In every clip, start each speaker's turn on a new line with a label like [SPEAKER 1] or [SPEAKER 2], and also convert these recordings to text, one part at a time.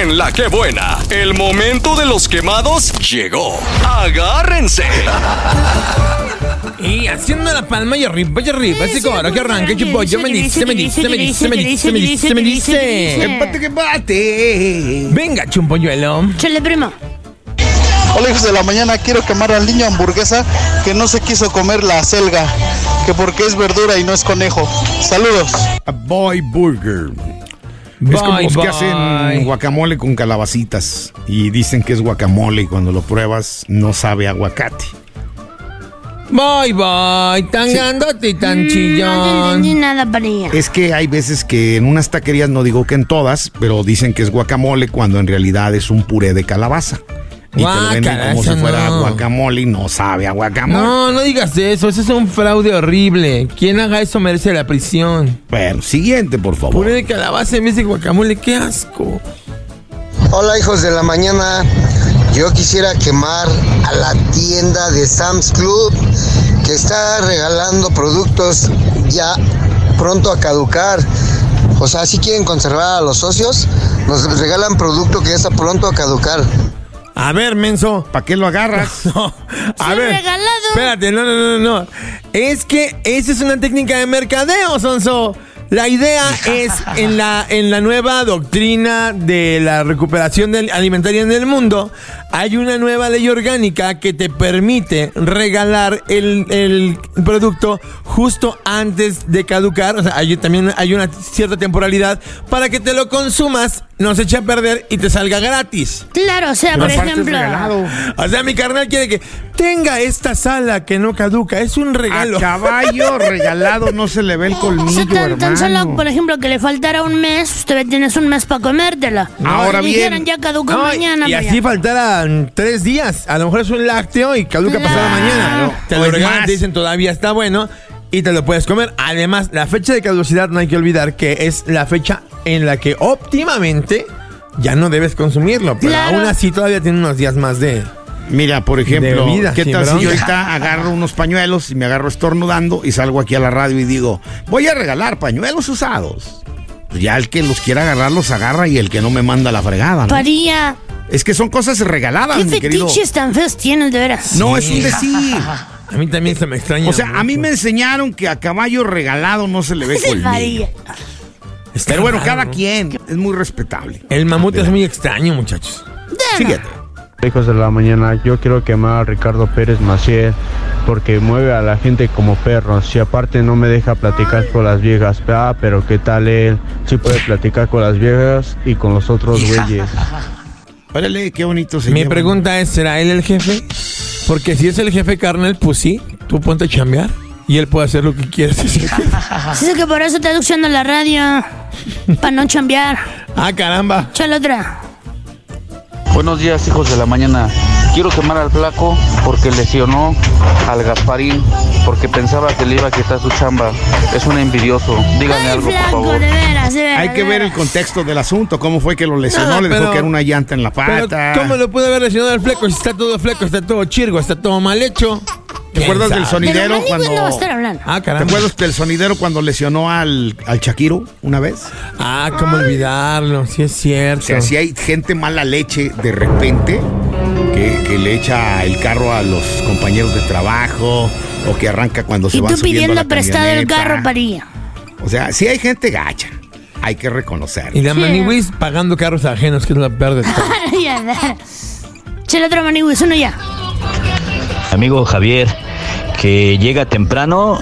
[SPEAKER 1] En la que buena, el momento de los quemados llegó. Agárrense.
[SPEAKER 2] Y haciendo la palma y arriba y arriba, así como ahora que arranque, chipollo, me dice, me dice, me dice, me dice, me dice, me dice.
[SPEAKER 3] Empate que empate.
[SPEAKER 2] Venga, chumpolluelo.
[SPEAKER 4] Chale, primo.
[SPEAKER 5] Hola hijos de la mañana, quiero quemar al niño hamburguesa que no se quiso comer la selga, que porque es verdura y no es conejo. Saludos.
[SPEAKER 3] A Boy Burger. es como
[SPEAKER 2] Bye,
[SPEAKER 3] los
[SPEAKER 2] bye.
[SPEAKER 3] que hacen guacamole con calabacitas y dicen que es guacamole y cuando lo pruebas no sabe a aguacate.
[SPEAKER 2] Bye, bye. Tan grandote y tan
[SPEAKER 4] Mm, No te
[SPEAKER 2] chillón.
[SPEAKER 4] entendí nada, panilla.
[SPEAKER 3] Es que hay veces que en unas taquerías, no digo que en todas, pero dicen que es guacamole cuando en realidad es un puré de calabaza. Y te lo
[SPEAKER 2] Guácala,
[SPEAKER 3] venden como
[SPEAKER 2] Ah, eso
[SPEAKER 3] si fuera
[SPEAKER 2] no.
[SPEAKER 3] guacamole y no sabe a guacamole.
[SPEAKER 2] No, no digas eso. Eso es un fraude horrible. Quien haga eso merece la prisión.
[SPEAKER 3] Bueno, siguiente, por favor.
[SPEAKER 2] Puré de calabaza en vez de guacamole. ¡Qué asco!
[SPEAKER 6] Hola hijos de la mañana, yo quisiera quemar a la tienda de Sam's Club que está regalando productos ya pronto a caducar. O sea, si quieren conservar a los socios, nos regalan producto que ya está pronto a caducar.
[SPEAKER 2] A ver, menso.
[SPEAKER 3] ¿Para qué lo agarras?
[SPEAKER 2] No, a
[SPEAKER 4] Sí,
[SPEAKER 2] ver.
[SPEAKER 4] regalado.
[SPEAKER 2] Espérate, no, no, no, no. Es que esa es una técnica de mercadeo, Sonso. La idea es en la, en la nueva doctrina de la recuperación del- alimentaria en el mundo, hay una nueva ley orgánica que te permite regalar el, el producto justo antes de caducar. O sea, hay, también hay una cierta temporalidad para que te lo consumas, no se eche a perder y te salga gratis.
[SPEAKER 4] Claro, o sea, por ejemplo.
[SPEAKER 2] O sea, mi carnal quiere que tenga esta sala que no caduca. Es un
[SPEAKER 3] A
[SPEAKER 2] regalo.
[SPEAKER 3] caballo regalado no se le ve el
[SPEAKER 4] O
[SPEAKER 3] colmillo,
[SPEAKER 4] sea, tan, tan solo,
[SPEAKER 3] hermano.
[SPEAKER 4] por ejemplo, que le faltara un mes, usted tienes un mes para comértela.
[SPEAKER 3] Ahora
[SPEAKER 4] Y
[SPEAKER 3] bien.
[SPEAKER 4] dijeron, ya caducó
[SPEAKER 2] No,
[SPEAKER 4] mañana.
[SPEAKER 2] y
[SPEAKER 4] mira.
[SPEAKER 2] así faltaran tres días. A lo mejor es un lácteo y caduca pasado
[SPEAKER 4] Claro.
[SPEAKER 2] mañana. Te lo
[SPEAKER 3] O es
[SPEAKER 2] regalan,
[SPEAKER 3] más.
[SPEAKER 2] te dicen todavía está bueno y te lo puedes comer. Además, la fecha de caducidad no hay que olvidar que es la fecha en la que óptimamente ya no debes consumirlo. Pero
[SPEAKER 4] Claro.
[SPEAKER 2] aún así todavía tiene unos días más de.
[SPEAKER 3] Mira, por ejemplo,
[SPEAKER 2] De vida,
[SPEAKER 3] ¿qué
[SPEAKER 2] sin
[SPEAKER 3] tal si yo
[SPEAKER 2] bronca.
[SPEAKER 3] ahorita agarro unos pañuelos y me agarro estornudando y salgo aquí a la radio y digo, voy a regalar pañuelos usados? Pues ya el que los quiera agarrar los agarra y el que no me manda la fregada, ¿no?
[SPEAKER 4] Parilla,
[SPEAKER 2] Ah,
[SPEAKER 3] Es que son cosas regaladas,
[SPEAKER 4] ¿qué
[SPEAKER 3] mi querido.
[SPEAKER 4] fetiches tan feos tienes, de veras?
[SPEAKER 3] No, es un decir.
[SPEAKER 2] A mí también se me extraña.
[SPEAKER 3] O sea, a mí me enseñaron que a caballo regalado no se le ve
[SPEAKER 4] Ese
[SPEAKER 3] colmillo.
[SPEAKER 4] Parilla.
[SPEAKER 2] Está
[SPEAKER 3] Pero bueno,
[SPEAKER 2] raro,
[SPEAKER 3] cada
[SPEAKER 2] ¿no?
[SPEAKER 3] quien es muy respetable.
[SPEAKER 2] El mamut es muy extraño, muchachos.
[SPEAKER 3] Fíjate.
[SPEAKER 7] Hijos de la mañana, yo quiero quemar a Ricardo Pérez Maciel porque mueve a la gente como perros y aparte no me deja platicar con las viejas. Ah, pero qué tal él, sí puede platicar con las viejas y con los otros güeyes.
[SPEAKER 3] Órale, qué bonito se
[SPEAKER 2] Mi
[SPEAKER 3] llevan.
[SPEAKER 2] pregunta es, ¿será él el jefe? Porque si es el jefe carnal, pues sí, tú ponte a chambear y él puede hacer lo que quiera. si es el jefe.
[SPEAKER 4] Sí, sé que por eso te estoy escuchando la radio. Para no chambear.
[SPEAKER 2] ah, caramba.
[SPEAKER 4] Chale otra.
[SPEAKER 8] Buenos días, hijos de la mañana. Quiero quemar al flaco porque lesionó al Gasparín, porque pensaba que le iba a quitar su chamba. Es un envidioso. Díganle
[SPEAKER 4] Ay,
[SPEAKER 8] algo, por
[SPEAKER 4] flaco,
[SPEAKER 8] favor.
[SPEAKER 4] de veras, de veras.
[SPEAKER 3] Hay que
[SPEAKER 4] de
[SPEAKER 3] ver el
[SPEAKER 4] veras.
[SPEAKER 3] contexto del asunto, cómo fue que lo lesionó,
[SPEAKER 2] No,
[SPEAKER 3] le dejó
[SPEAKER 2] pero-
[SPEAKER 3] que era una llanta en la
[SPEAKER 2] Pero,
[SPEAKER 3] pata.
[SPEAKER 2] ¿Cómo lo puede haber lesionado el fleco? Si está todo fleco, está todo chirgo, está todo mal hecho.
[SPEAKER 3] ¿Te acuerdas del
[SPEAKER 2] sonido?
[SPEAKER 4] Pero
[SPEAKER 3] sonidero
[SPEAKER 4] Manny, pues, no va a
[SPEAKER 3] cuando
[SPEAKER 4] estar hablando.
[SPEAKER 2] Ah,
[SPEAKER 3] ¿Te
[SPEAKER 2] caramba.
[SPEAKER 3] acuerdas del sonidero cuando lesionó al, al Shakiro una vez?
[SPEAKER 2] Ah, cómo olvidarlo, sí es
[SPEAKER 3] O
[SPEAKER 2] cierto.
[SPEAKER 3] sea, si hay gente mala leche de repente que, que le echa el carro a los compañeros de trabajo o que arranca cuando se
[SPEAKER 4] Y
[SPEAKER 3] van
[SPEAKER 4] tú
[SPEAKER 3] subiendo a la
[SPEAKER 4] pidiendo prestado el
[SPEAKER 3] camioneta.
[SPEAKER 4] carro, Parilla.
[SPEAKER 3] O sea, si hay gente gacha, hay que reconocer.
[SPEAKER 2] Y la Maniwis pagando carros ajenos, que es la peor de todo.
[SPEAKER 4] Ya, de veras. Chale otra, Manny, es uno ya.
[SPEAKER 9] amigo Javier, que llega temprano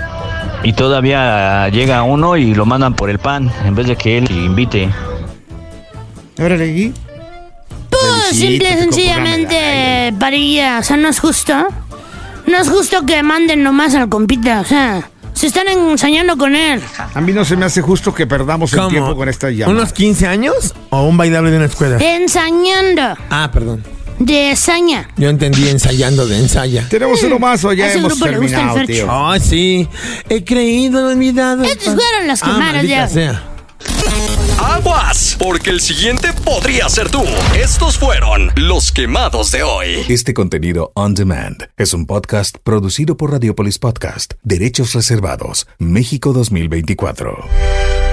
[SPEAKER 9] y todavía llega uno y lo mandan por el pan, en vez de que él invite.
[SPEAKER 3] Órale, ¿y?
[SPEAKER 4] Pues
[SPEAKER 3] Felicito,
[SPEAKER 4] simple y
[SPEAKER 3] te
[SPEAKER 4] sencillamente, parilla, o sea, no es justo. No es justo que manden nomás al compita, o sea, se están ensañando con él.
[SPEAKER 3] A mí no se me hace justo que perdamos el tiempo con esta llamada.
[SPEAKER 2] ¿Unos 15 años o un bailable de una escuela?
[SPEAKER 4] Ensañando
[SPEAKER 2] Ah, perdón.
[SPEAKER 4] de hazaña.
[SPEAKER 2] Yo entendí ensayando de ensaya.
[SPEAKER 3] Tenemos uno más o
[SPEAKER 4] A
[SPEAKER 3] ya
[SPEAKER 4] ese
[SPEAKER 3] hemos
[SPEAKER 4] grupo le gusta el
[SPEAKER 3] terminado,
[SPEAKER 4] Fercho.
[SPEAKER 3] tío.
[SPEAKER 2] Ay, sí. He creído, olvidado.
[SPEAKER 4] Estos fueron los
[SPEAKER 2] Ah,
[SPEAKER 4] quemados
[SPEAKER 2] maldita
[SPEAKER 4] de hoy.
[SPEAKER 2] sea.
[SPEAKER 1] Aguas, porque el siguiente podría ser tú. Estos fueron los quemados de hoy.
[SPEAKER 10] Este contenido on demand es un podcast producido por Radiopolis Podcast, Derechos Reservados, México 2024.